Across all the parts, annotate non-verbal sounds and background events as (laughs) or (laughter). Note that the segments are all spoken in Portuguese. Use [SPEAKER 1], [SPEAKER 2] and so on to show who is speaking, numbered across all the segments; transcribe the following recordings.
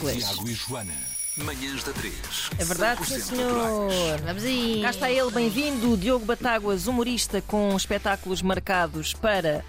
[SPEAKER 1] 3.
[SPEAKER 2] Tiago e Joana.
[SPEAKER 3] Manhãs da 3.
[SPEAKER 1] É verdade, sim, senhor.
[SPEAKER 4] Vamos aí.
[SPEAKER 1] Cá está ele, bem-vindo, Diogo Batáguas, humorista com espetáculos marcados para.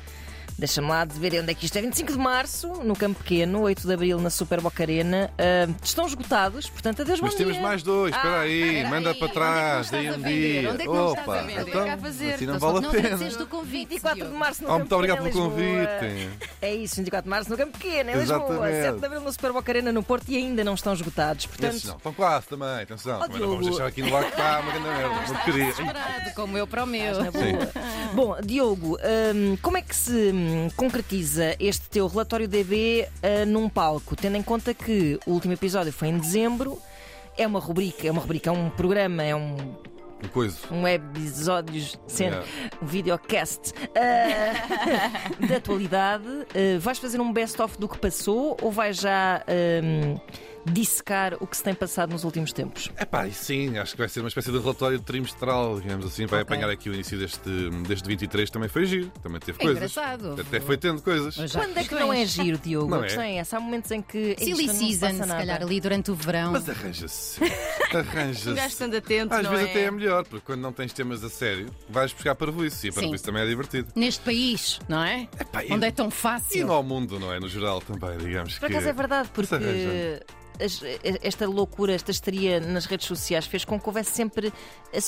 [SPEAKER 1] Deixa-me lá de ver onde é que isto é. 25 de março, no Campo Pequeno, 8 de abril, na Super Boca Arena. Ah, estão esgotados, portanto, adeus,
[SPEAKER 5] Mas
[SPEAKER 1] bom
[SPEAKER 5] temos
[SPEAKER 1] dia. Ah,
[SPEAKER 5] mais dois, espera aí,
[SPEAKER 4] espera
[SPEAKER 5] manda
[SPEAKER 4] aí.
[SPEAKER 5] para
[SPEAKER 4] Onde é que
[SPEAKER 5] trás,
[SPEAKER 4] não
[SPEAKER 5] daí
[SPEAKER 4] estás
[SPEAKER 5] um
[SPEAKER 4] a vender?
[SPEAKER 5] dia.
[SPEAKER 4] Onde é que não
[SPEAKER 5] Opa,
[SPEAKER 4] estás a vender?
[SPEAKER 5] então,
[SPEAKER 4] Cá a fazer,
[SPEAKER 5] assim não vale
[SPEAKER 4] estás só-
[SPEAKER 5] a
[SPEAKER 4] não
[SPEAKER 5] pena.
[SPEAKER 4] desistes do convite.
[SPEAKER 1] 24 de
[SPEAKER 4] Diogo.
[SPEAKER 1] março no
[SPEAKER 5] Oh,
[SPEAKER 1] Campo
[SPEAKER 5] muito obrigado
[SPEAKER 1] Pequeno, em
[SPEAKER 5] pelo
[SPEAKER 1] Lisboa.
[SPEAKER 5] convite.
[SPEAKER 1] É isso, 24 de março no Campo Pequeno, em Lisboa.
[SPEAKER 5] Exatamente.
[SPEAKER 1] 7 de abril, na Super Boca Arena, no Porto, e ainda não estão esgotados.
[SPEAKER 5] Esses não,
[SPEAKER 1] Portanto,
[SPEAKER 5] estão quase também, atenção.
[SPEAKER 1] Ó,
[SPEAKER 5] também não vamos
[SPEAKER 1] Diogo.
[SPEAKER 5] deixar aqui no barco pá, uma grande merda, não queria.
[SPEAKER 4] Esperado, Como eu para o meu.
[SPEAKER 1] na boa. (laughs) Bom, Diogo, hum, como é que se hum, concretiza este teu relatório DB ah, num palco, tendo em conta que o último episódio foi em dezembro, é uma rubrica, é uma rubrica, é um programa, é um,
[SPEAKER 5] Uma coisa.
[SPEAKER 1] um episódio, cena,
[SPEAKER 5] Yeah.
[SPEAKER 1] um videocast ah, (laughs) de atualidade. Ah, vais fazer um best-of do que passou ou vais já hum, dissecar o que se tem passado nos últimos tempos?
[SPEAKER 5] Epá, e sim, acho que vai ser uma espécie de relatório trimestral, digamos assim. Vai
[SPEAKER 1] Ok.
[SPEAKER 5] apanhar aqui o início deste, deste 23, também foi giro, também teve
[SPEAKER 4] É
[SPEAKER 5] coisas.
[SPEAKER 4] engraçado.
[SPEAKER 5] Até foi tendo coisas.
[SPEAKER 4] Mas já-
[SPEAKER 1] Quando é que não é giro, Diogo?
[SPEAKER 5] Não
[SPEAKER 1] a
[SPEAKER 5] é.
[SPEAKER 1] questão é essa. Há momentos em que.
[SPEAKER 4] Silly
[SPEAKER 1] isto não se
[SPEAKER 4] season,
[SPEAKER 1] passa
[SPEAKER 4] se
[SPEAKER 1] nada.
[SPEAKER 4] calhar, ali durante o verão.
[SPEAKER 5] Mas é- arranja-se. (laughs) sempre. Arranja-se.
[SPEAKER 6] Um gajo estando atento,
[SPEAKER 5] Às
[SPEAKER 6] não
[SPEAKER 5] vezes
[SPEAKER 6] é?
[SPEAKER 5] até é melhor, porque quando não tens temas a sério, vais buscar parvoíce. E a
[SPEAKER 4] Sim.
[SPEAKER 5] parvoíce também é divertido.
[SPEAKER 4] Neste país, não é?
[SPEAKER 5] Epá, e-
[SPEAKER 4] Onde é tão
[SPEAKER 5] E
[SPEAKER 4] fácil.
[SPEAKER 5] no mundo, não é? No geral também, digamos
[SPEAKER 1] Por
[SPEAKER 5] que.
[SPEAKER 1] acaso é verdade,
[SPEAKER 5] se arranja.
[SPEAKER 1] porque. as- Esta loucura, esta histeria nas redes sociais fez com que houvesse sempre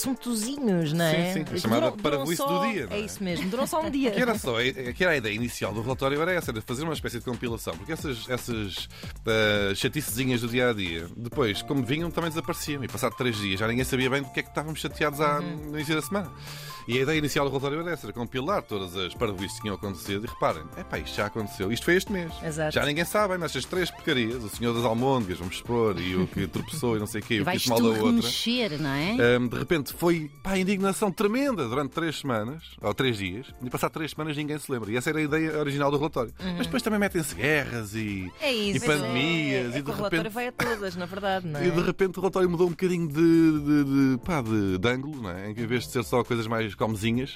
[SPEAKER 1] assuntozinhos, não é?
[SPEAKER 5] Sim, sim, a chamada
[SPEAKER 1] Duram- duram
[SPEAKER 5] parvoíce
[SPEAKER 1] só-
[SPEAKER 5] do dia, não
[SPEAKER 1] É
[SPEAKER 5] é?
[SPEAKER 1] isso mesmo, durou só um
[SPEAKER 5] (laughs)
[SPEAKER 1] dia.
[SPEAKER 5] Que era
[SPEAKER 4] (laughs)
[SPEAKER 5] só, é- é- que era a ideia inicial do relatório era essa, era fazer uma espécie de compilação, porque essas, essas ah, chaticezinhas do dia a dia, depois, como vinham, também desapareciam. E passado três dias já ninguém sabia bem do que é que estávamos chateados à,
[SPEAKER 4] Uhum.
[SPEAKER 5] no início da semana. E a ideia inicial do relatório era essa, era compilar todas as parvoíces que tinham acontecido. E reparem, epá, isto já aconteceu, isto foi este mês.
[SPEAKER 1] Exato.
[SPEAKER 5] Já ninguém sabe, hein, nestas três porcarias, o senhor das almôndegas, vamos expor, e o que tropeçou e não sei o quê, e o que
[SPEAKER 4] Vais
[SPEAKER 5] isso mal a
[SPEAKER 4] tu
[SPEAKER 5] outra.
[SPEAKER 4] remexer, não é?
[SPEAKER 5] Ahm, de repente foi pá, indignação tremenda durante três semanas, ou três dias, e passar três semanas ninguém se lembra. E essa era a ideia original do relatório. Mas depois também metem-se guerras e,
[SPEAKER 1] Hum. É isso.
[SPEAKER 5] e pandemias,
[SPEAKER 1] é,
[SPEAKER 5] e,
[SPEAKER 1] que
[SPEAKER 5] de
[SPEAKER 1] o relatório
[SPEAKER 5] repente,
[SPEAKER 1] vai a todas, na verdade, não é?
[SPEAKER 5] (laughs) e de repente o relatório mudou um bocadinho de, de, de, pá, de, de ângulo, não é? em que em vez de ser só coisas mais comezinhas,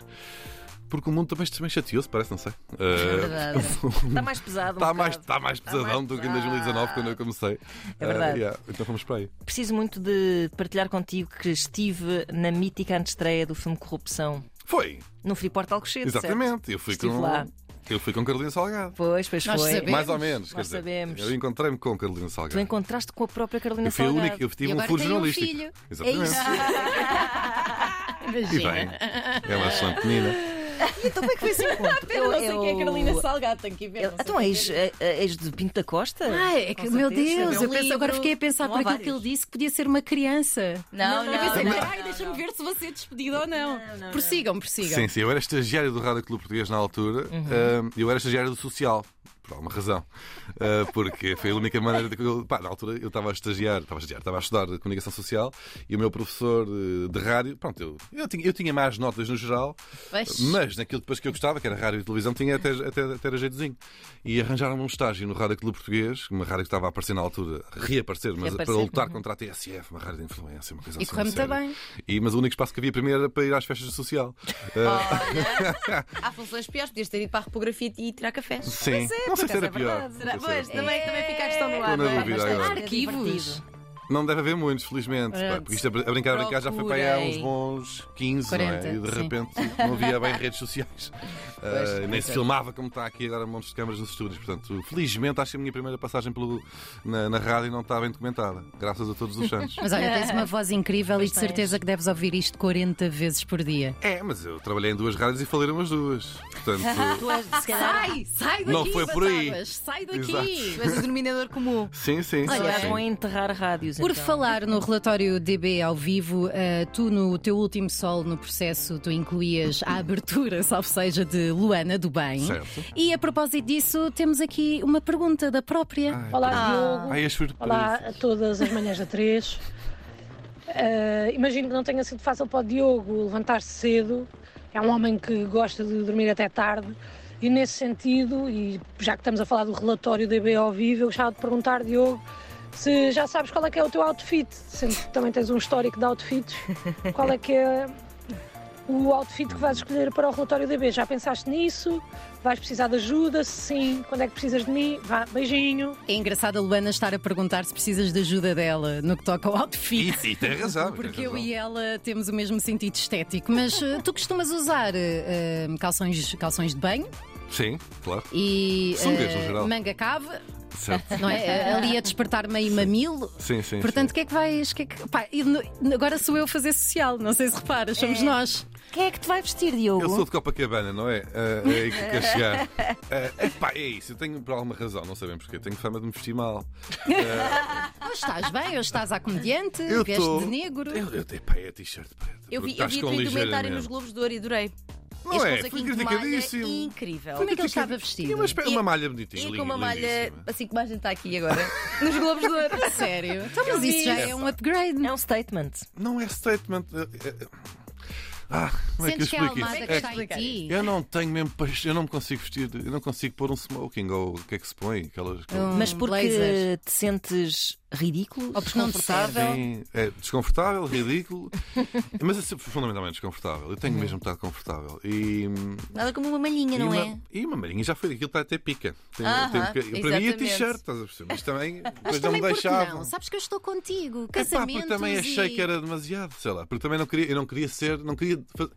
[SPEAKER 5] porque o mundo também, também chateou-se, parece, não sei.
[SPEAKER 1] (laughs) É
[SPEAKER 5] Ah,
[SPEAKER 1] verdade. Está mais pesado. um
[SPEAKER 5] Está mais,
[SPEAKER 1] bocado.
[SPEAKER 5] está mais pesadão do que em 2019, quando eu comecei.
[SPEAKER 1] É verdade.
[SPEAKER 5] Ah, yeah, Então fomos para aí.
[SPEAKER 1] Preciso muito de partilhar contigo que estive na mítica antestreia do filme Corrupção,
[SPEAKER 5] Foi,
[SPEAKER 1] no Freeport Alcochete, certo?
[SPEAKER 5] exatamente. Eu fui,
[SPEAKER 1] Estive
[SPEAKER 5] com,
[SPEAKER 1] lá.
[SPEAKER 5] eu fui com Carolina Salgado.
[SPEAKER 1] Pois, pois
[SPEAKER 4] Nós
[SPEAKER 1] foi.
[SPEAKER 4] sabemos.
[SPEAKER 5] Mais ou menos.
[SPEAKER 1] Nós
[SPEAKER 5] quer dizer,
[SPEAKER 1] sabemos.
[SPEAKER 5] eu encontrei-me com Carolina
[SPEAKER 1] Tu
[SPEAKER 5] Salgado.
[SPEAKER 1] encontraste com a própria Carolina
[SPEAKER 5] Eu fui a
[SPEAKER 1] Salgado.
[SPEAKER 5] única, eu tive
[SPEAKER 4] E
[SPEAKER 5] um
[SPEAKER 4] agora
[SPEAKER 5] furo
[SPEAKER 4] tem um
[SPEAKER 5] jornalístico.
[SPEAKER 4] filho.
[SPEAKER 1] É
[SPEAKER 5] Exatamente.
[SPEAKER 1] isso.
[SPEAKER 5] E bem, é uma excelente menina.
[SPEAKER 1] Então como é que foi esse encontro?
[SPEAKER 6] Eu não sei quem é a Carolina Salgado, tenho que ir
[SPEAKER 1] Eu-
[SPEAKER 6] ver. não sei
[SPEAKER 1] Então
[SPEAKER 6] quem é.
[SPEAKER 1] ex, eh, eh, ex de Pinto da Costa?
[SPEAKER 4] Ai, é que, meu Deus,
[SPEAKER 6] Escreveu
[SPEAKER 4] eu
[SPEAKER 6] um
[SPEAKER 4] penso, agora
[SPEAKER 6] livro.
[SPEAKER 4] fiquei a pensar
[SPEAKER 6] Não
[SPEAKER 4] por
[SPEAKER 6] há
[SPEAKER 4] aquilo que ele
[SPEAKER 6] vários.
[SPEAKER 4] disse que podia ser uma criança.
[SPEAKER 6] Não, não,
[SPEAKER 4] Eu pensei,
[SPEAKER 6] não.
[SPEAKER 4] carai, deixa-me ver se vou ser despedida ou não. Persigam, persigam.
[SPEAKER 5] Sim, sim, eu era estagiário do Rádio Clube Português na altura. ahm, eu era estagiário do Social. Por alguma razão. Ah, porque foi a única maneira de que eu. Pá, na altura eu estava a estagiar, estava a estagiar, estava a estudar de comunicação social e o meu professor eh, de rádio. Pronto, eu, eu, tinha, eu tinha más notas no geral,
[SPEAKER 4] Pois.
[SPEAKER 5] Mas naquilo depois que eu gostava, que era rádio e televisão, tinha até, até, até era jeitozinho. E arranjaram-me um estágio no Rádio Clube Português, uma rádio que estava a aparecer na altura, reaparecer, mas
[SPEAKER 1] Reaparecer, uhum.
[SPEAKER 5] para lutar contra a TSF, uma rádio de influência, uma coisa
[SPEAKER 4] E
[SPEAKER 5] assim.
[SPEAKER 4] correu muito
[SPEAKER 5] séria.
[SPEAKER 4] bem.
[SPEAKER 5] E, mas o único espaço que havia primeiro era para ir às festas do
[SPEAKER 1] (laughs)
[SPEAKER 5] social. Ah,
[SPEAKER 6] Então, Há funções piores, podias ter ido para a repografia e tirar cafés.
[SPEAKER 5] sim, não sei se era
[SPEAKER 1] é
[SPEAKER 5] pior. Não
[SPEAKER 1] verdade.
[SPEAKER 5] sei se era
[SPEAKER 6] Pois,
[SPEAKER 5] pior.
[SPEAKER 6] também, também fica a questão no
[SPEAKER 5] Estou
[SPEAKER 6] ar.
[SPEAKER 5] na
[SPEAKER 6] não é?
[SPEAKER 5] dúvida
[SPEAKER 6] Mas-
[SPEAKER 5] agora.
[SPEAKER 4] Arquivos.
[SPEAKER 5] Não deve haver muitos, felizmente. pá, Porque isto a br- a brincar, a brincar já foi para aí há uns
[SPEAKER 1] Procurem.
[SPEAKER 5] bons 15, não
[SPEAKER 4] 40,
[SPEAKER 5] é? E de
[SPEAKER 4] sim.
[SPEAKER 5] repente não havia
[SPEAKER 4] (laughs)
[SPEAKER 5] bem redes sociais. Ah, nem
[SPEAKER 4] é.
[SPEAKER 5] se filmava como está aqui agora montes de câmaras nos estúdios. Portanto, felizmente acho que a minha primeira passagem pelo, na, na rádio não está bem documentada. Graças a todos os
[SPEAKER 4] (laughs)
[SPEAKER 5] santos.
[SPEAKER 4] Mas olha, tens uma voz incrível e de certeza que deves ouvir isto 40 vezes por dia.
[SPEAKER 5] é, mas eu trabalhei em duas rádios e faliram as duas. Portanto,
[SPEAKER 4] (laughs)
[SPEAKER 1] Tu és, se calhar,
[SPEAKER 4] Sai, sai
[SPEAKER 5] Não foi por aí.
[SPEAKER 4] Barrabás, Sai
[SPEAKER 5] Exato.
[SPEAKER 6] Tu és o denominador comum.
[SPEAKER 5] sim, sim.
[SPEAKER 1] se calhar
[SPEAKER 5] sim.
[SPEAKER 1] vão enterrar rádios.
[SPEAKER 4] Por
[SPEAKER 1] então.
[SPEAKER 4] falar no relatório DB ao vivo, eh, tu no teu último solo no processo, tu incluías a abertura, (laughs) salvo seja, de Luana do Bem.
[SPEAKER 5] Certo.
[SPEAKER 4] E a propósito disso, temos aqui uma pergunta da própria.
[SPEAKER 5] Ah.
[SPEAKER 7] Olá, Diogo.
[SPEAKER 5] Ai, é as surpresas.
[SPEAKER 7] Olá a todas as manhãs da 3. imagino que não tenha sido fácil para o Diogo levantar-se cedo. É um homem que gosta de dormir até tarde. E nesse sentido, e já que estamos a falar do relatório da IB ao vivo, eu gostava de perguntar, Diogo, se já sabes qual é que é o teu outfit, sendo que também tens um histórico de outfits, qual é que é o outfit que vais escolher para o relatório DB. Já pensaste nisso? Vais precisar de ajuda? Sim. Quando é que precisas de mim? Vá, beijinho.
[SPEAKER 4] É engraçado a Luana estar a perguntar se precisas de ajuda dela no que toca ao outfit.
[SPEAKER 5] E, e tem razão. tem
[SPEAKER 4] Porque eu
[SPEAKER 5] razão.
[SPEAKER 4] e ela temos o mesmo sentido estético. Mas eh, tu costumas usar eh, eh, calções, calções de banho
[SPEAKER 5] Sim, claro.
[SPEAKER 4] e
[SPEAKER 5] Sungas,
[SPEAKER 4] eh,
[SPEAKER 5] no geral.
[SPEAKER 4] manga cava, (laughs)
[SPEAKER 5] Certo.
[SPEAKER 4] não é? Eh, Ali a despertar meio mamilo.
[SPEAKER 5] Sim, sim.
[SPEAKER 4] Portanto, o que é que vais. o Que é que... pá, e no- agora sou eu a fazer social, não sei se reparas, somos nós.
[SPEAKER 1] Quem é que te vai vestir, Diogo?
[SPEAKER 5] Eu sou de Copacabana, não é? Ah, é aí que eu quero chegar. Ah, epá, é isso. Eu tenho, por alguma razão, não sabemos porquê, tenho fama de um me vestir mal.
[SPEAKER 4] Hoje estás bem, hoje estás à comediante,
[SPEAKER 5] Eu
[SPEAKER 4] veste
[SPEAKER 5] tô-
[SPEAKER 4] de negro.
[SPEAKER 5] Eu, eu, epá, é t-shirt preto.
[SPEAKER 6] Eu vi, eu
[SPEAKER 5] Estás
[SPEAKER 6] vi a
[SPEAKER 5] com
[SPEAKER 6] tua indumentária
[SPEAKER 5] ligeiramente.
[SPEAKER 6] nos Globos de Ouro e adorei.
[SPEAKER 5] Não é?
[SPEAKER 6] este
[SPEAKER 5] Foi
[SPEAKER 6] casaquinho de malha
[SPEAKER 5] criticadíssimo.
[SPEAKER 6] incrível.
[SPEAKER 4] Como é que ele estava
[SPEAKER 5] Tinha
[SPEAKER 4] vestido?
[SPEAKER 5] uma, espé-
[SPEAKER 6] E-
[SPEAKER 5] uma malha bonitinha.
[SPEAKER 6] E
[SPEAKER 5] lin-
[SPEAKER 6] é com uma malha,
[SPEAKER 5] lindíssima.
[SPEAKER 6] assim como a gente está aqui
[SPEAKER 5] (laughs)
[SPEAKER 6] agora, nos Globos de Ouro.
[SPEAKER 4] Sério? Então, mas
[SPEAKER 6] vi
[SPEAKER 4] isso já é um upgrade.
[SPEAKER 1] É um statement.
[SPEAKER 5] Não é statement. é- é- Ah, como é que eu
[SPEAKER 4] Sentes que é a
[SPEAKER 5] explico
[SPEAKER 4] Almada
[SPEAKER 5] isso?
[SPEAKER 4] que
[SPEAKER 5] É
[SPEAKER 4] está em ti?
[SPEAKER 5] Eu não tenho mesmo. pas- Eu não me consigo vestir. Eu não consigo pôr um smoking ou o que é que se põe. Aquelas coisas.
[SPEAKER 4] Um
[SPEAKER 1] Mas porque
[SPEAKER 4] blazer.
[SPEAKER 1] te sentes ridículo,
[SPEAKER 4] Ou porque não te
[SPEAKER 1] desconfortável?
[SPEAKER 5] Sim, é desconfortável, ridículo, (laughs) mas é sempre fundamentalmente desconfortável. Eu tenho mesmo estado confortável. E,
[SPEAKER 6] Nada como uma malhinha,
[SPEAKER 5] e
[SPEAKER 6] não
[SPEAKER 5] uma,
[SPEAKER 6] é?
[SPEAKER 5] E uma marinha já foi aquilo está até pica. Tem-
[SPEAKER 6] Aham,
[SPEAKER 5] tem um bocadinho- para mim é
[SPEAKER 6] exatamente.
[SPEAKER 5] t-shirt, estás a perceber? Mas também, depois
[SPEAKER 4] Mas
[SPEAKER 5] não
[SPEAKER 4] também
[SPEAKER 5] me
[SPEAKER 4] porque
[SPEAKER 5] deixavam.
[SPEAKER 4] não? Sabes que eu estou contigo.
[SPEAKER 5] É pá, porque
[SPEAKER 4] Casamentos
[SPEAKER 5] também achei
[SPEAKER 4] e-
[SPEAKER 5] que era demasiado, sei lá, porque também não queria, eu não queria ser, não queria faz-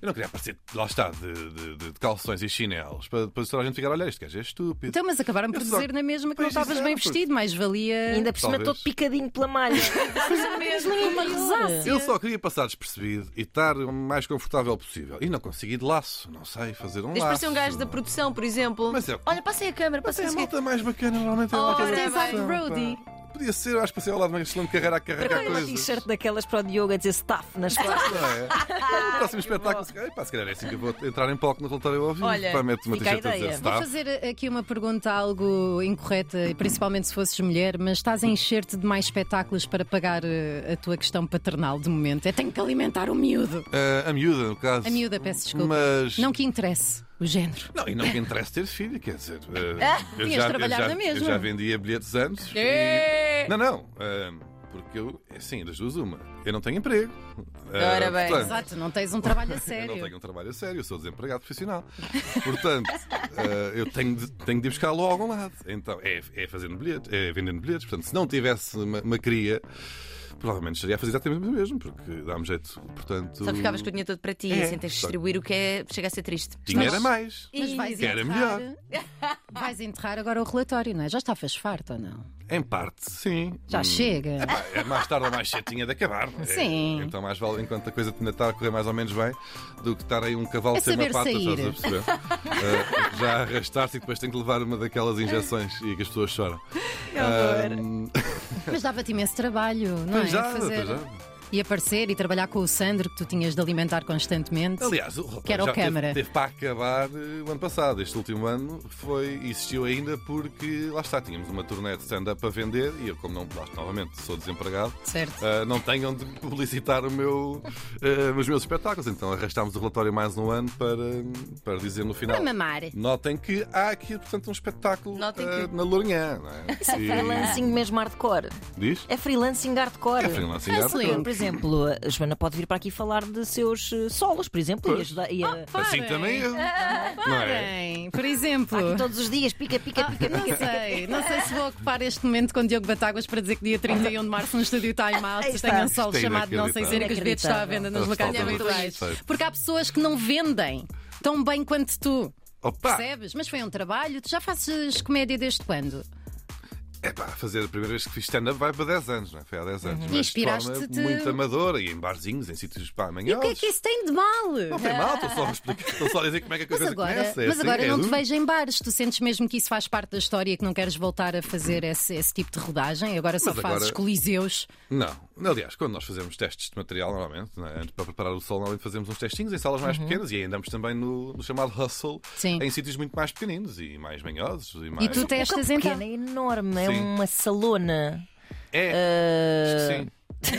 [SPEAKER 5] eu não queria aparecer, lá está, de, de- de- de calções e chinelos, para depois toda a gente ficar, olha, este gajo é estúpido.
[SPEAKER 4] Então, mas acabaram por
[SPEAKER 5] Eu só-
[SPEAKER 4] dizer na mesma que
[SPEAKER 5] Pois,
[SPEAKER 4] não estavas bem
[SPEAKER 5] exato.
[SPEAKER 4] vestido, mais valia. um
[SPEAKER 1] Ainda por
[SPEAKER 5] Talvez.
[SPEAKER 1] cima todo picadinho pela malha.
[SPEAKER 5] (laughs)
[SPEAKER 1] Mas ninguém me rezasse.
[SPEAKER 5] eu só queria passar despercebido e estar o mais confortável possível. E não consegui de laço, não sei, fazer um
[SPEAKER 6] Tens
[SPEAKER 5] laço.
[SPEAKER 6] para ser um gajo da produção, por exemplo.
[SPEAKER 5] Mas é-
[SPEAKER 6] Olha, passei a câmera,
[SPEAKER 5] Mas
[SPEAKER 6] passei
[SPEAKER 5] é a
[SPEAKER 6] a câmera.
[SPEAKER 5] malta mais bacana, normalmente é a
[SPEAKER 6] Oh,
[SPEAKER 5] malta da
[SPEAKER 6] tens
[SPEAKER 5] produção,
[SPEAKER 4] vibe roadie.
[SPEAKER 5] pá. Podia ser, eu acho que passei ao lado de uma excelente carreira a carregar
[SPEAKER 1] Olha uma
[SPEAKER 5] coisas.
[SPEAKER 1] um t-shirt daquelas para o Diogo a dizer staff nas costas.
[SPEAKER 5] Não é? No próximo espetáculo, se calhar, epá, se calhar é assim que eu vou entrar em palco no relatório ao vivo.
[SPEAKER 6] Olha,
[SPEAKER 5] Pá, mete uma
[SPEAKER 1] fica a
[SPEAKER 5] t-shirt a dizer
[SPEAKER 1] ideia.
[SPEAKER 4] Vou
[SPEAKER 5] staff.
[SPEAKER 4] fazer aqui uma pergunta algo incorreta, e principalmente se fosses mulher, mas estás a encher-te de mais espetáculos para pagar eh, a tua questão paternal de momento. É tenho que alimentar o miúdo.
[SPEAKER 5] Ah, a miúda, no caso.
[SPEAKER 4] A miúda, peço desculpa.
[SPEAKER 5] Mas.
[SPEAKER 4] Não que interesse o género.
[SPEAKER 5] Não, e não me interessa ter filho, quer dizer. eh,
[SPEAKER 4] (laughs)
[SPEAKER 5] eu,
[SPEAKER 4] tinhas de Ah, trabalhar
[SPEAKER 5] eu, já,
[SPEAKER 4] na mesma. É.
[SPEAKER 5] eu já vendia bilhetes antes. e- Não, não. eh, porque eu, assim, das duas, uma. Eu não tenho emprego. Eh,
[SPEAKER 6] Ora bem.
[SPEAKER 5] portanto,
[SPEAKER 4] Exato, não tens um trabalho
[SPEAKER 5] (laughs)
[SPEAKER 4] a
[SPEAKER 5] Eu não
[SPEAKER 4] sério.
[SPEAKER 5] tenho um trabalho a sério, eu sou desempregado profissional. Portanto, (laughs) eh, eu tenho de, tenho de ir buscá-lo a algum lado. Então, é, é fazendo bilhetes, é vendendo bilhetes. Portanto, se não tivesse uma, uma cria, provavelmente estaria a fazer exatamente o mesmo, porque dá-me jeito. Portanto,
[SPEAKER 6] Só ficavas com o dinheiro todo para ti,
[SPEAKER 5] É.
[SPEAKER 6] assim tens de distribuir o que é. Chega a ser triste.
[SPEAKER 5] dinheiro a mais.
[SPEAKER 4] Mas vais
[SPEAKER 5] Era
[SPEAKER 4] enterrar.
[SPEAKER 5] melhor.
[SPEAKER 4] Vais enterrar agora o relatório, não é? Já está farto ou não?
[SPEAKER 5] Em parte, sim.
[SPEAKER 4] Já chega.
[SPEAKER 5] Pá, é mais tarde ou mais cedo tinha de acabar. não é?
[SPEAKER 4] Sim.
[SPEAKER 5] Então mais vale, enquanto a coisa ainda está a correr mais ou menos bem, do que estar aí um cavalo
[SPEAKER 4] É
[SPEAKER 5] sem uma
[SPEAKER 4] saber
[SPEAKER 5] pata,
[SPEAKER 4] sair.
[SPEAKER 5] estás a perceber? (laughs) Ah, já a arrastar-se e depois tem que levar uma daquelas injeções e que as pessoas choram. Ahm,
[SPEAKER 4] Mas dava-te imenso trabalho, não é?
[SPEAKER 5] pois já,
[SPEAKER 4] Fazer-
[SPEAKER 5] pois já.
[SPEAKER 4] E aparecer e trabalhar com o Sandro que tu tinhas de alimentar constantemente.
[SPEAKER 5] Aliás, o relatório
[SPEAKER 4] Que era o
[SPEAKER 5] já teve-
[SPEAKER 4] Câmara.
[SPEAKER 5] Teve, para acabar eh, o ano passado. Este último ano foi, existiu ainda porque lá está, tínhamos uma turnê de stand-up a vender e eu, como não, lá, novamente sou desempregado,
[SPEAKER 4] Certo.
[SPEAKER 5] Uh, não tenham de (laughs) publicitar o meu, uh, os meus espetáculos. Então arrastámos o relatório mais um ano para, para dizer no final.
[SPEAKER 4] Para mamar.
[SPEAKER 5] Notem que há aqui, portanto, um espetáculo
[SPEAKER 6] Notem
[SPEAKER 5] uh,
[SPEAKER 6] que-
[SPEAKER 5] na Lourinhã. Não é?
[SPEAKER 1] Isso é
[SPEAKER 5] E-
[SPEAKER 1] freelancing mesmo hardcore.
[SPEAKER 5] Diz?
[SPEAKER 1] É freelancing hardcore.
[SPEAKER 5] É freelancing
[SPEAKER 4] Freelancing.
[SPEAKER 5] hardcore.
[SPEAKER 1] Por exemplo, a Joana pode vir para aqui falar de seus eh, solos, por exemplo, e
[SPEAKER 5] Pois.
[SPEAKER 1] ajudar. E, eh,
[SPEAKER 5] Assim
[SPEAKER 4] Parem.
[SPEAKER 5] também eu.
[SPEAKER 4] Ah.
[SPEAKER 5] Não é?
[SPEAKER 4] Bem, por exemplo.
[SPEAKER 1] tá aqui todos os dias, pica, pica, pica,
[SPEAKER 4] Não
[SPEAKER 1] pica.
[SPEAKER 4] sei, não sei se vou ocupar este momento com Diogo Batáguas para dizer que dia 31 de março no estúdio Time Out
[SPEAKER 1] Aí está.
[SPEAKER 4] tem um solo
[SPEAKER 5] Isto é
[SPEAKER 4] chamado Não Sei Ser e que os bilhetes está à venda nos
[SPEAKER 5] Inacreditável.
[SPEAKER 4] locais
[SPEAKER 5] Falta muito
[SPEAKER 4] habituais.
[SPEAKER 5] respeito.
[SPEAKER 4] Porque há pessoas que não vendem tão bem quanto tu.
[SPEAKER 5] Opa!
[SPEAKER 4] Percebes? Mas foi um trabalho. Tu já fazes comédia desde quando?
[SPEAKER 5] É pá, fazer a primeira vez que fiz stand-up vai para 10 anos, não é? Foi há 10 anos. Mas de
[SPEAKER 4] Uhum. Inspiraste-te-
[SPEAKER 5] forma Muito amadora e em barzinhos, em sítios para amanhã.
[SPEAKER 4] E o que é que isso tem de mal?
[SPEAKER 5] Não tem mal, estou só a explicar, estou só a dizer como é que a
[SPEAKER 4] Mas
[SPEAKER 5] coisa
[SPEAKER 4] agora,
[SPEAKER 5] começa. É
[SPEAKER 4] mas
[SPEAKER 5] assim,
[SPEAKER 4] agora
[SPEAKER 5] é
[SPEAKER 4] não te
[SPEAKER 5] duro.
[SPEAKER 4] vejo em bares. Tu sentes mesmo que isso faz parte da história e que não queres voltar a fazer esse, esse tipo de rodagem? Agora só
[SPEAKER 5] Mas agora-
[SPEAKER 4] fazes coliseus.
[SPEAKER 5] Não. Aliás, quando nós fazemos testes de material, normalmente, né, antes para preparar o sol, normalmente fazemos uns testinhos em salas mais pequenas e aí andamos também no, no chamado hustle,
[SPEAKER 4] Uhum. Sim.
[SPEAKER 5] em sítios muito mais pequeninos e mais manhosos. E, mais... um
[SPEAKER 4] E tu
[SPEAKER 1] O campo
[SPEAKER 4] testas então.
[SPEAKER 1] pequeno é enorme, é
[SPEAKER 5] Sim.
[SPEAKER 1] uma salona.
[SPEAKER 5] É,
[SPEAKER 1] Eh,
[SPEAKER 4] (laughs)
[SPEAKER 5] sim.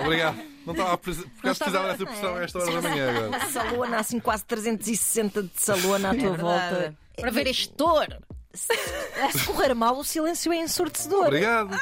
[SPEAKER 5] Obrigado. Não estava a presa- porque acho que precisava dessa pressão a esta hora da manhã agora.
[SPEAKER 1] salona, assim quase 360 de salona
[SPEAKER 4] É
[SPEAKER 1] à tua
[SPEAKER 6] verdade.
[SPEAKER 1] volta.
[SPEAKER 4] Para ver este touro.
[SPEAKER 1] Se correr mal, o silêncio é ensurdecedor.
[SPEAKER 5] Obrigado.
[SPEAKER 4] (laughs)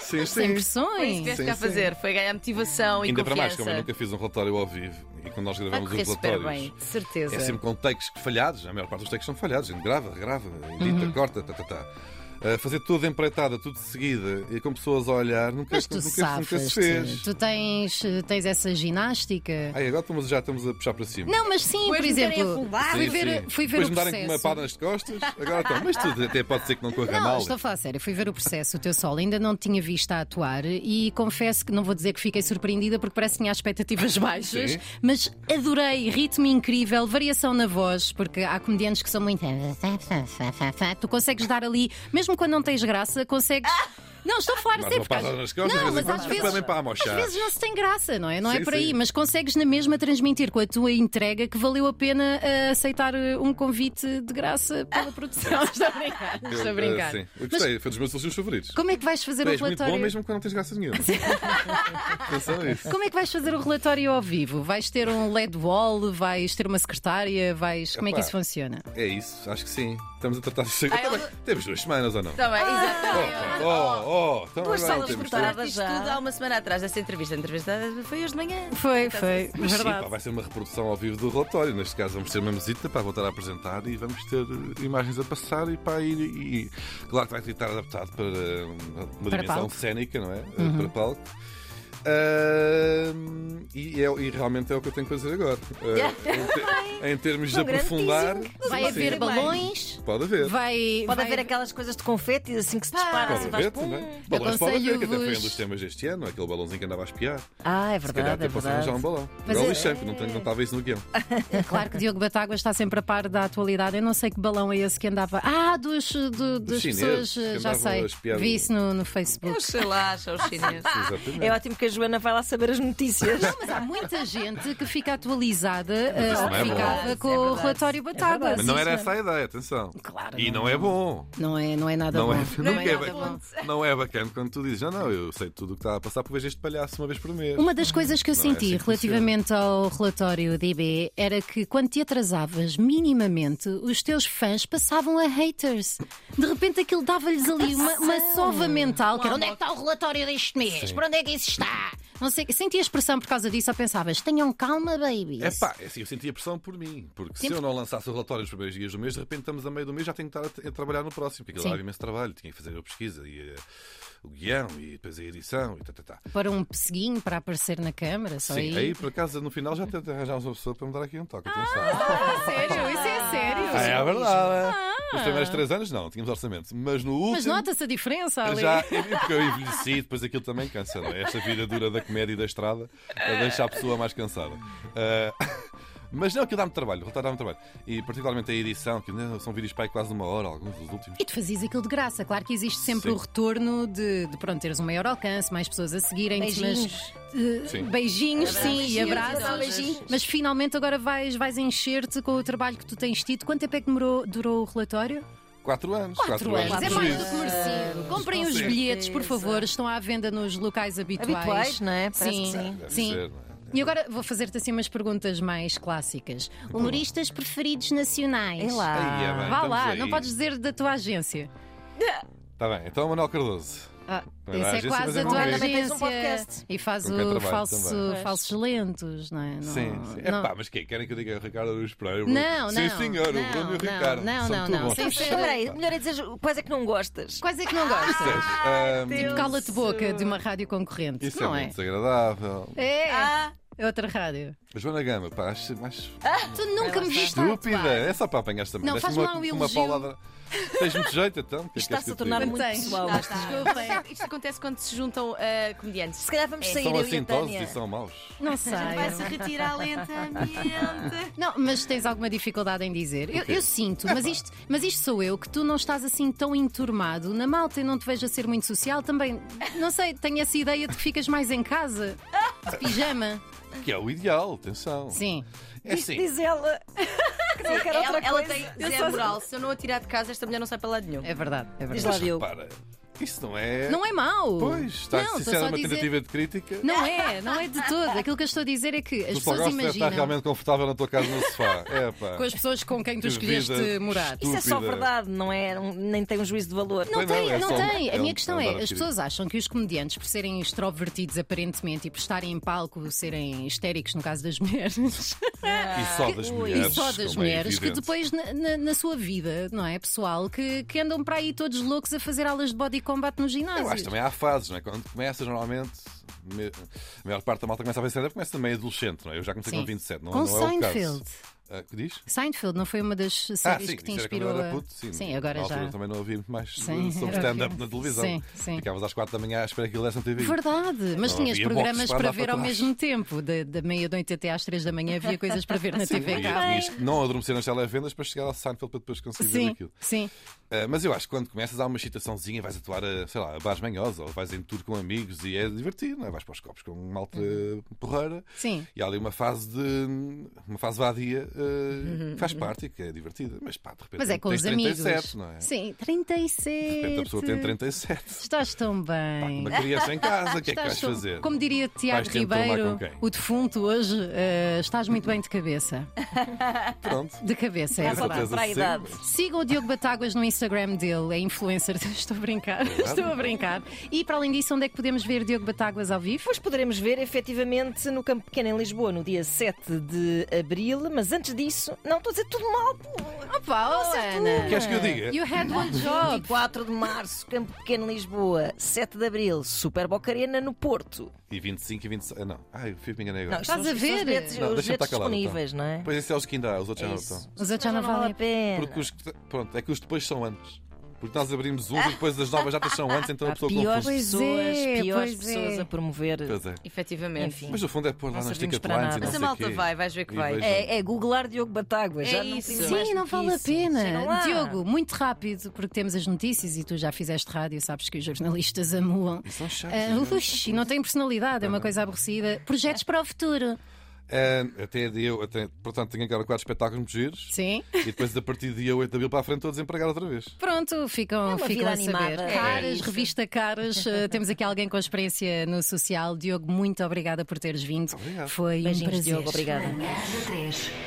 [SPEAKER 5] Sim, sim.
[SPEAKER 4] Sem
[SPEAKER 6] Foi isso que
[SPEAKER 4] pressões.
[SPEAKER 6] tiveste
[SPEAKER 5] Sim,
[SPEAKER 6] cá a
[SPEAKER 5] sim.
[SPEAKER 6] fazer, foi ganhar motivação e
[SPEAKER 5] Ainda para mais, como
[SPEAKER 6] confiança.
[SPEAKER 5] eu nunca fiz um relatório ao vivo E quando nós
[SPEAKER 6] Vai
[SPEAKER 5] gravamos
[SPEAKER 6] correr
[SPEAKER 5] os
[SPEAKER 6] super
[SPEAKER 5] relatórios.
[SPEAKER 6] bem, de certeza.
[SPEAKER 5] É sempre com takes falhados, a maior parte dos takes são falhados, a gente grava, regrava,
[SPEAKER 4] Uhum.
[SPEAKER 5] edita, corta, tá, tá, tá. Uh, fazer tudo empreitada, tudo de seguida, e com pessoas a olhar, nunca,
[SPEAKER 4] Mas tu
[SPEAKER 5] é assim, nunca, nunca se
[SPEAKER 4] safas.
[SPEAKER 5] fez.
[SPEAKER 4] Tu tens, tens essa ginástica?
[SPEAKER 5] Ai, agora estamos, já estamos a puxar para cima.
[SPEAKER 4] Não, mas sim,
[SPEAKER 6] Depois
[SPEAKER 4] por
[SPEAKER 6] me querem
[SPEAKER 4] exemplo,
[SPEAKER 6] afundar.
[SPEAKER 4] fui
[SPEAKER 5] Sim,
[SPEAKER 4] ver,
[SPEAKER 5] sim.
[SPEAKER 4] fui ver
[SPEAKER 5] Depois
[SPEAKER 4] o
[SPEAKER 5] me darem com uma
[SPEAKER 4] processo.
[SPEAKER 5] pá nas costas, agora estão. Mas tudo até pode ser que não corra
[SPEAKER 4] Não,
[SPEAKER 5] mal.
[SPEAKER 4] estou a falar sério, fui ver o processo, o teu solo, ainda não te tinha visto a atuar e confesso que não vou dizer que fiquei surpreendida porque parece que tinha expectativas (laughs) baixas,
[SPEAKER 5] Sim.
[SPEAKER 4] mas adorei, ritmo incrível, variação na voz, porque há comediantes que são muito. (laughs) Tu consegues dar ali, mesmo quando não tens graça, consegues. Não, estou a falar
[SPEAKER 5] Ah! Mas
[SPEAKER 4] sério,
[SPEAKER 5] uma
[SPEAKER 4] porque
[SPEAKER 5] patada
[SPEAKER 4] às-
[SPEAKER 5] nas costas,
[SPEAKER 4] não,
[SPEAKER 5] de vez
[SPEAKER 4] mas
[SPEAKER 5] em
[SPEAKER 4] às
[SPEAKER 5] quando
[SPEAKER 4] vezes,
[SPEAKER 5] também para
[SPEAKER 4] às
[SPEAKER 5] amochar.
[SPEAKER 4] vezes não se tem graça, não é? Não é
[SPEAKER 5] Sim,
[SPEAKER 4] por aí,
[SPEAKER 5] sim.
[SPEAKER 4] mas consegues na mesma transmitir com a tua entrega que valeu a pena eh, aceitar eh, um convite de graça pela produção. (laughs) Estou a brincar,
[SPEAKER 5] Eu,
[SPEAKER 4] estou a
[SPEAKER 5] uh,
[SPEAKER 4] brincar.
[SPEAKER 5] sim, eu gostei, foi dos meus filmes favoritos.
[SPEAKER 4] Como é que vais fazer
[SPEAKER 5] Tu
[SPEAKER 4] o
[SPEAKER 5] és muito bom
[SPEAKER 4] relatório?
[SPEAKER 5] mesmo quando não tens graça nenhuma. (laughs) Atenção a isso.
[SPEAKER 4] Como é que vais fazer o relatório ao vivo? Vais ter um LED wall? Vais ter uma secretária? Vais. Como é que
[SPEAKER 5] Epá.
[SPEAKER 4] isso funciona?
[SPEAKER 5] É isso, acho que sim. Estamos a tratar disso agora.
[SPEAKER 6] Ah, ela-
[SPEAKER 5] Também- Temos duas semanas ou não?
[SPEAKER 6] Tá bem,
[SPEAKER 5] Oh,
[SPEAKER 6] exatamente.
[SPEAKER 5] oh, oh, então
[SPEAKER 1] Duas
[SPEAKER 5] agora temos
[SPEAKER 1] salas cortadas.
[SPEAKER 5] tempo.
[SPEAKER 6] Cortaste isto tudo há uma semana atrás dessa entrevista. A entrevista foi hoje de manhã.
[SPEAKER 4] Foi, foi.
[SPEAKER 5] Mas sim,
[SPEAKER 4] É verdade.
[SPEAKER 5] pá, vai ser uma reprodução ao vivo do relatório. Neste caso, vamos ter uma mesita para voltar a apresentar e vamos ter eh, imagens a passar e para ir. E, claro que vai estar adaptado para eh, uma
[SPEAKER 4] Para
[SPEAKER 5] dimensão
[SPEAKER 4] palco. Uhum.
[SPEAKER 5] cénica, não é? Eh, Para palco. Ahm, e, é- e realmente é o que eu tenho que fazer agora. Eh, em, te- em termos de
[SPEAKER 1] Um grande
[SPEAKER 5] aprofundar,
[SPEAKER 4] Vai
[SPEAKER 5] sim,
[SPEAKER 4] haver
[SPEAKER 5] sim,
[SPEAKER 4] balões?
[SPEAKER 5] Pode haver.
[SPEAKER 4] Vai.
[SPEAKER 1] Pode
[SPEAKER 4] vai-
[SPEAKER 1] haver aquelas coisas de confete assim
[SPEAKER 4] Ah.
[SPEAKER 1] que se dispara.
[SPEAKER 5] Pode
[SPEAKER 1] assim, vais
[SPEAKER 5] haver
[SPEAKER 1] pum.
[SPEAKER 4] É
[SPEAKER 5] também. Balões pode haver, que até foi um
[SPEAKER 4] Aconselho-vos-
[SPEAKER 5] dos temas deste ano, aquele balãozinho que andava a espiar.
[SPEAKER 1] Ah, é
[SPEAKER 5] Se calhar
[SPEAKER 1] verdade,
[SPEAKER 5] até
[SPEAKER 1] é
[SPEAKER 5] posso arranjar um
[SPEAKER 1] verdade.
[SPEAKER 5] balão.
[SPEAKER 4] Mas
[SPEAKER 5] Agora
[SPEAKER 4] é-
[SPEAKER 5] lixei, porque não tenho- não estava isso no
[SPEAKER 4] (laughs)
[SPEAKER 5] guião.
[SPEAKER 4] Claro que Diogo Batágua está sempre a par da atualidade. Eu não sei que balão é esse que andava. Ah, dos, do- das
[SPEAKER 5] chineses
[SPEAKER 4] pessoas.
[SPEAKER 5] que
[SPEAKER 4] Já
[SPEAKER 5] andavam a
[SPEAKER 4] sei.
[SPEAKER 5] espiar
[SPEAKER 4] Vi
[SPEAKER 5] o-
[SPEAKER 4] isso no, no Facebook.
[SPEAKER 6] Eu sei lá, só os chineses.
[SPEAKER 5] Exatamente.
[SPEAKER 1] É ótimo que a Joana vai lá saber as notícias.
[SPEAKER 4] Mas há muita gente que fica atualizada, eh,
[SPEAKER 5] isso
[SPEAKER 4] ou
[SPEAKER 5] não é
[SPEAKER 4] que
[SPEAKER 5] bom.
[SPEAKER 4] ficava com
[SPEAKER 6] É
[SPEAKER 4] o
[SPEAKER 6] verdade.
[SPEAKER 4] relatório Batágua.
[SPEAKER 1] verdade.
[SPEAKER 5] Mas
[SPEAKER 4] Sim,
[SPEAKER 5] não era
[SPEAKER 4] senhora.
[SPEAKER 5] essa a ideia, atenção.
[SPEAKER 4] Claro,
[SPEAKER 5] E
[SPEAKER 4] não.
[SPEAKER 5] não é bom.
[SPEAKER 4] Não é, não é nada
[SPEAKER 5] Não
[SPEAKER 4] bom.
[SPEAKER 5] é,
[SPEAKER 4] Não
[SPEAKER 5] nunca
[SPEAKER 4] é
[SPEAKER 5] é
[SPEAKER 4] nada bom.
[SPEAKER 5] bacana. Não é bacana quando tu dizes, não, não, eu sei tudo o que está a passar porque vejo este palhaço uma vez por mês.
[SPEAKER 4] Uma das coisas que eu
[SPEAKER 5] Não é
[SPEAKER 4] senti
[SPEAKER 5] assim que
[SPEAKER 4] relativamente ao relatório DB era que quando te atrasavas minimamente, os teus fãs passavam a haters. De repente aquilo dava-lhes ali uma, uma sova mental, que era onde é que está o relatório deste mês? Para onde é que isso está? Não sei, sentias pressão por causa disso ou pensavas, tenham calma, baby.
[SPEAKER 5] É pá, é assim, eu sentia pressão por mim, porque se
[SPEAKER 4] Sempre-
[SPEAKER 5] eu não lançasse o relatório nos primeiros dias do mês, de repente estamos a meio do mês, já tenho que estar a, a trabalhar no próximo, porque
[SPEAKER 4] Sim.
[SPEAKER 5] aquilo dava imenso trabalho, tinha que fazer a pesquisa e eh, o guião e depois a edição e tá, tá, tá.
[SPEAKER 4] Para um pesseguinho para aparecer na câmara, só
[SPEAKER 5] Sim,
[SPEAKER 4] aí.
[SPEAKER 5] aí por acaso no final já tentei arranjar uma pessoa para me dar aqui um toque, atenção.
[SPEAKER 4] Ah, Sério, é isso
[SPEAKER 6] tá.
[SPEAKER 4] é sério.
[SPEAKER 5] Ah, é verdade. Nos primeiros três anos não, tínhamos orçamento, mas no último.
[SPEAKER 4] Mas nota-se a diferença ali.
[SPEAKER 5] Já, é porque eu envelheci, depois aquilo também cansa, não é? Esta vida dura da comédia e da estrada a deixa a pessoa mais cansada. Ah, (laughs) mas não, aquilo dá-me trabalho, o relatório dá-me trabalho. E particularmente a edição, que né, são vídeos para aí quase de uma hora, alguns dos últimos.
[SPEAKER 4] E tu fazias aquilo de graça. Claro que existe sempre
[SPEAKER 5] Sim.
[SPEAKER 4] o retorno de, de, pronto, teres um maior alcance, mais pessoas a seguirem
[SPEAKER 1] Beijinhos.
[SPEAKER 4] Mas, eh,
[SPEAKER 5] Sim.
[SPEAKER 4] Beijinhos, sim, e
[SPEAKER 6] Beijinhos,
[SPEAKER 4] abraços.
[SPEAKER 6] beijinhos.
[SPEAKER 4] Mas finalmente agora vais, vais encher-te com o trabalho que tu tens tido. Quanto tempo é que demorou, durou o relatório?
[SPEAKER 5] Quatro anos.
[SPEAKER 4] Quatro anos.
[SPEAKER 5] de
[SPEAKER 4] É mais
[SPEAKER 5] prejuízo.
[SPEAKER 4] do que merecido. Comprem os
[SPEAKER 5] Sim.
[SPEAKER 4] bilhetes, por favor. Estão à venda nos locais habituais.
[SPEAKER 1] Habituais, não é? Parece que sim.
[SPEAKER 5] Deve
[SPEAKER 4] sim.
[SPEAKER 5] ser, não é?
[SPEAKER 4] E agora vou fazer-te assim umas perguntas mais clássicas. Humoristas preferidos
[SPEAKER 1] É
[SPEAKER 4] nacionais.
[SPEAKER 1] lá.
[SPEAKER 5] Aí é bem,
[SPEAKER 4] Vá
[SPEAKER 5] estamos
[SPEAKER 4] lá,
[SPEAKER 5] aí.
[SPEAKER 4] não podes dizer da tua agência.
[SPEAKER 5] Tá bem, então Manuel Cardoso.
[SPEAKER 4] Ah,
[SPEAKER 5] Não é da
[SPEAKER 4] isso é
[SPEAKER 5] agência, mas
[SPEAKER 4] quase
[SPEAKER 5] é
[SPEAKER 4] a
[SPEAKER 5] um
[SPEAKER 4] tua
[SPEAKER 5] meio.
[SPEAKER 1] Também tens um
[SPEAKER 4] agência
[SPEAKER 1] podcast.
[SPEAKER 4] e faz
[SPEAKER 5] Com quem
[SPEAKER 4] o
[SPEAKER 5] trabalho
[SPEAKER 4] falso,
[SPEAKER 5] também.
[SPEAKER 4] falsos lentos, não é? Não,
[SPEAKER 5] Sim, sim.
[SPEAKER 4] não-
[SPEAKER 5] Epá, mas quem? Querem que eu diga o Ricardo Aruz Pereira?
[SPEAKER 4] Não,
[SPEAKER 5] Sim,
[SPEAKER 4] não,
[SPEAKER 5] senhor,
[SPEAKER 4] não,
[SPEAKER 5] o Bruno e o
[SPEAKER 4] não,
[SPEAKER 5] Ricardo.
[SPEAKER 4] não,
[SPEAKER 5] São
[SPEAKER 4] não,
[SPEAKER 5] tudo
[SPEAKER 4] não.
[SPEAKER 5] bons.
[SPEAKER 4] Sim,
[SPEAKER 5] Sim,
[SPEAKER 4] sim.
[SPEAKER 1] Espera aí, melhor é dizer quais é que não gostas.
[SPEAKER 4] Quais é que não gostas?
[SPEAKER 5] ah,
[SPEAKER 4] tipo, cala-te boca de uma rádio concorrente,
[SPEAKER 5] Isso é
[SPEAKER 4] não
[SPEAKER 5] muito
[SPEAKER 4] é?
[SPEAKER 5] desagradável.
[SPEAKER 4] É,
[SPEAKER 6] Ah,
[SPEAKER 4] é outra rádio.
[SPEAKER 5] Joana Gama, pá, acho mais
[SPEAKER 4] Tu nunca me viste.
[SPEAKER 5] Estúpida!
[SPEAKER 4] atuar.
[SPEAKER 5] É só para apanhar também.
[SPEAKER 4] Ah, Não,
[SPEAKER 5] Deste-me
[SPEAKER 4] faz
[SPEAKER 5] uma,
[SPEAKER 4] lá um
[SPEAKER 5] uma
[SPEAKER 4] elogio.
[SPEAKER 5] paulada. Tens muito jeito então? O Que é que queres
[SPEAKER 1] Está-se
[SPEAKER 5] que
[SPEAKER 1] a
[SPEAKER 5] eu te
[SPEAKER 1] tornar
[SPEAKER 5] diga?
[SPEAKER 1] muito
[SPEAKER 4] Tens.
[SPEAKER 1] pessoal.
[SPEAKER 4] Não, tá. Desculpem.
[SPEAKER 6] isto acontece quando se juntam ah, comediantes.
[SPEAKER 1] Se calhar vamos sair
[SPEAKER 5] São
[SPEAKER 1] eu e a
[SPEAKER 5] assintosos
[SPEAKER 1] Tânia.
[SPEAKER 5] e são maus.
[SPEAKER 1] (laughs)
[SPEAKER 4] Não
[SPEAKER 6] Vai
[SPEAKER 4] sei.
[SPEAKER 6] se retirar lentamente.
[SPEAKER 4] Não, mas tens alguma dificuldade em dizer. Eu, eu sinto, mas isto, mas isto sou eu, que tu não estás assim tão enturmado na malta e não te vejo a ser muito social também. Não sei, tenho essa ideia de que ficas mais em casa,
[SPEAKER 5] (laughs)
[SPEAKER 4] de pijama.
[SPEAKER 5] Que é o ideal, atenção.
[SPEAKER 4] Sim.
[SPEAKER 5] É assim.
[SPEAKER 1] Diz ela. Que não quer outra
[SPEAKER 6] Ela, ela
[SPEAKER 1] coisa.
[SPEAKER 6] tem zero moral. Se eu não a tirar de casa, esta mulher não sai para lado nenhum.
[SPEAKER 4] É verdade, é
[SPEAKER 1] Diz
[SPEAKER 4] verdade.
[SPEAKER 1] lá, Diogo.
[SPEAKER 5] Repara, Isso não é.
[SPEAKER 4] Não é mau.
[SPEAKER 5] Pois, está
[SPEAKER 4] não, estou
[SPEAKER 5] sincero,
[SPEAKER 4] só a
[SPEAKER 5] uma
[SPEAKER 4] dizer.
[SPEAKER 5] tentativa de crítica.
[SPEAKER 4] Não é, não é de todo. Aquilo que eu estou a dizer é que as
[SPEAKER 5] tu só
[SPEAKER 4] pessoas
[SPEAKER 5] gostas de estar
[SPEAKER 4] imaginam
[SPEAKER 5] realmente confortável na tua casa no sofá. É, pá.
[SPEAKER 4] com as pessoas com quem tu
[SPEAKER 5] Que
[SPEAKER 4] escolheste
[SPEAKER 5] vida.
[SPEAKER 4] morar.
[SPEAKER 1] Isso é só
[SPEAKER 5] Estúpida.
[SPEAKER 1] verdade, não é? Não- Nem tem um juízo de valor.
[SPEAKER 4] Não
[SPEAKER 5] Pois não,
[SPEAKER 4] tem,
[SPEAKER 5] é
[SPEAKER 4] não
[SPEAKER 5] só um-
[SPEAKER 4] tem.
[SPEAKER 5] é
[SPEAKER 4] a
[SPEAKER 5] um-
[SPEAKER 4] minha questão
[SPEAKER 5] é um
[SPEAKER 4] é,
[SPEAKER 5] dar
[SPEAKER 4] as
[SPEAKER 5] adquirido.
[SPEAKER 4] pessoas acham que os comediantes, por serem extrovertidos aparentemente e por estarem em palco, serem histéricos no caso das (laughs) mulheres,
[SPEAKER 5] E só das
[SPEAKER 1] Ui.
[SPEAKER 5] mulheres.
[SPEAKER 4] e só das
[SPEAKER 5] como é
[SPEAKER 4] mulheres, que
[SPEAKER 5] evidente.
[SPEAKER 4] depois na, na- na sua vida, não é, pessoal, que, que andam para aí todos loucos a fazer aulas de body combat no ginásio.
[SPEAKER 5] Eu acho que também há fases, não é? Quando começas, normalmente, me- a maior parte da malta começa a pensar, começa meio adolescente, não é? Eu já comecei
[SPEAKER 4] Sim.
[SPEAKER 5] com 27, não,
[SPEAKER 4] Com
[SPEAKER 5] não é o caso.
[SPEAKER 4] Seinfeld.
[SPEAKER 5] Ah, que diz?
[SPEAKER 4] Seinfeld não foi uma das séries
[SPEAKER 5] Ah, sim,
[SPEAKER 4] que te
[SPEAKER 5] isso era quando eu
[SPEAKER 4] inspirou
[SPEAKER 5] era
[SPEAKER 4] a-
[SPEAKER 5] puto, sim.
[SPEAKER 4] agora
[SPEAKER 5] Na
[SPEAKER 4] já.
[SPEAKER 5] altura também não havia muito mais
[SPEAKER 4] Sim,
[SPEAKER 5] sobre
[SPEAKER 4] era
[SPEAKER 5] stand-up
[SPEAKER 4] horrível.
[SPEAKER 5] na televisão.
[SPEAKER 4] Sim, sim.
[SPEAKER 5] Ficavas às quatro da manhã à espera que ele desse na TV.
[SPEAKER 4] Verdade, mas
[SPEAKER 5] Não
[SPEAKER 4] tinhas
[SPEAKER 5] havia boxe
[SPEAKER 4] programas
[SPEAKER 5] para
[SPEAKER 4] para
[SPEAKER 5] andar
[SPEAKER 4] ver
[SPEAKER 5] para
[SPEAKER 4] ao
[SPEAKER 5] trás.
[SPEAKER 4] mesmo tempo, da, da meia-noite até às três da manhã havia coisas para ver na TV cá.
[SPEAKER 5] E, e não adormecer nas televendas para chegar ao Seinfeld para depois conseguir ver
[SPEAKER 4] Sim,
[SPEAKER 5] aquilo.
[SPEAKER 4] sim.
[SPEAKER 5] Ah, mas eu acho que quando começas há uma excitaçãozinha, vais atuar a, sei lá, a Bás Manhosa ou vais em tour com amigos e é divertido, não é? Vais para os copos com uma malta
[SPEAKER 4] Uhum.
[SPEAKER 5] porreira.
[SPEAKER 4] Sim.
[SPEAKER 5] E há ali uma fase de. uma fase vadia ah, que faz parte e que é divertida. Mas pá, de repente.
[SPEAKER 4] Uhum, Mas é com
[SPEAKER 5] tens
[SPEAKER 4] os amigos.
[SPEAKER 5] 37, não é?
[SPEAKER 4] Sim,
[SPEAKER 5] De
[SPEAKER 4] 37.
[SPEAKER 5] repente a pessoa tem 37.
[SPEAKER 4] Estás tão
[SPEAKER 5] Pá,
[SPEAKER 4] bem.
[SPEAKER 5] Uma criança em casa, o que é que
[SPEAKER 4] Estás
[SPEAKER 5] vais
[SPEAKER 4] tão-
[SPEAKER 5] fazer?
[SPEAKER 4] Como diria Tiago
[SPEAKER 5] Vais te enturmar
[SPEAKER 4] Ribeiro,
[SPEAKER 5] com quem?
[SPEAKER 4] o defunto hoje, eh, estás muito bem de cabeça.
[SPEAKER 5] Pronto.
[SPEAKER 4] De cabeça, é
[SPEAKER 1] Está só
[SPEAKER 4] verdade.
[SPEAKER 1] para a
[SPEAKER 5] Sim,
[SPEAKER 1] idade.
[SPEAKER 5] mas-
[SPEAKER 4] Siga o Diogo Batáguas no Instagram dele, é influencer. (laughs) Estou a
[SPEAKER 5] É
[SPEAKER 4] brincar, estou a brincar. E para além disso, onde é que podemos ver Diogo Batáguas ao vivo?
[SPEAKER 1] Depois poderemos ver efetivamente no Campo Pequeno em Lisboa, no dia 7 de Abril, mas antes disso, não estou a dizer tudo mal, pô.
[SPEAKER 4] Opa, oh, Ana!
[SPEAKER 5] Queres que eu diga?
[SPEAKER 4] You had one job!
[SPEAKER 1] 4 de Março, Campo Pequeno em Lisboa, 7 de Abril, Super Boca Arena no Porto.
[SPEAKER 5] E 25 e 26. Ah, não. Ah, eu fui- me enganei agora.
[SPEAKER 1] Não, isto são
[SPEAKER 4] Estás a
[SPEAKER 1] os- são
[SPEAKER 4] ver?
[SPEAKER 1] Os bilhetes,
[SPEAKER 5] Não, deixa-me
[SPEAKER 1] os bilhetes
[SPEAKER 5] estar calado,
[SPEAKER 1] disponíveis,
[SPEAKER 5] então.
[SPEAKER 1] não é?
[SPEAKER 5] Pois esse é os que ainda há, os outros
[SPEAKER 1] É
[SPEAKER 5] já não
[SPEAKER 1] isso.
[SPEAKER 5] estão.
[SPEAKER 4] Os outros já não valem a
[SPEAKER 1] pena.
[SPEAKER 5] Porque os que- pronto, é que os depois são antes. Porque nós abrimos uns e depois as novas datas são antes, então a
[SPEAKER 1] Há
[SPEAKER 5] pessoa confunde.
[SPEAKER 1] piores
[SPEAKER 4] Pois
[SPEAKER 1] pessoas,
[SPEAKER 4] é,
[SPEAKER 1] piores
[SPEAKER 4] pois é.
[SPEAKER 1] pessoas a promover.
[SPEAKER 5] Pois é.
[SPEAKER 6] Efetivamente.
[SPEAKER 1] Enfim.
[SPEAKER 5] Mas no fundo é pôr lá
[SPEAKER 1] Não
[SPEAKER 5] nas
[SPEAKER 1] servimos
[SPEAKER 5] ticket
[SPEAKER 1] para
[SPEAKER 5] lines e
[SPEAKER 1] nada.
[SPEAKER 5] não
[SPEAKER 1] Mas
[SPEAKER 6] a
[SPEAKER 5] sei
[SPEAKER 6] é malta
[SPEAKER 5] quê.
[SPEAKER 6] vai, vais ver que
[SPEAKER 5] E
[SPEAKER 6] vai.
[SPEAKER 5] vejam.
[SPEAKER 1] É, é googlar Diogo Batágua.
[SPEAKER 6] É
[SPEAKER 1] já não
[SPEAKER 6] isso.
[SPEAKER 1] precisa mais
[SPEAKER 4] Sim,
[SPEAKER 1] do
[SPEAKER 4] não
[SPEAKER 1] que
[SPEAKER 4] vale a
[SPEAKER 1] isso. Chegam
[SPEAKER 4] pena.
[SPEAKER 1] lá.
[SPEAKER 4] Diogo, muito rápido, porque temos as notícias e tu já fizeste rádio, sabes que os jornalistas amuam.
[SPEAKER 5] E são chatos,
[SPEAKER 4] Ah,
[SPEAKER 5] não é?
[SPEAKER 4] ux, e não tem personalidade, é uma coisa aborrecida. Projetos para o futuro.
[SPEAKER 5] Ah, Até dia, até, portanto, tenho agora quatro espetáculos muito giros.
[SPEAKER 4] Sim.
[SPEAKER 5] E depois, a partir do dia 8 de abril para a frente, estou desempregado outra vez.
[SPEAKER 4] Pronto, ficam,
[SPEAKER 1] É uma
[SPEAKER 4] ficam
[SPEAKER 1] vida
[SPEAKER 4] a saber.
[SPEAKER 1] animada. É
[SPEAKER 4] Caras,
[SPEAKER 1] isso.
[SPEAKER 4] revista Caras. Ah, temos aqui alguém com experiência no social. Diogo, muito obrigada por teres vindo.
[SPEAKER 5] Obrigado.
[SPEAKER 4] Foi um
[SPEAKER 1] Beijinhos,
[SPEAKER 4] prazer.
[SPEAKER 1] Diogo. Obrigada.
[SPEAKER 2] Manhãs da 3.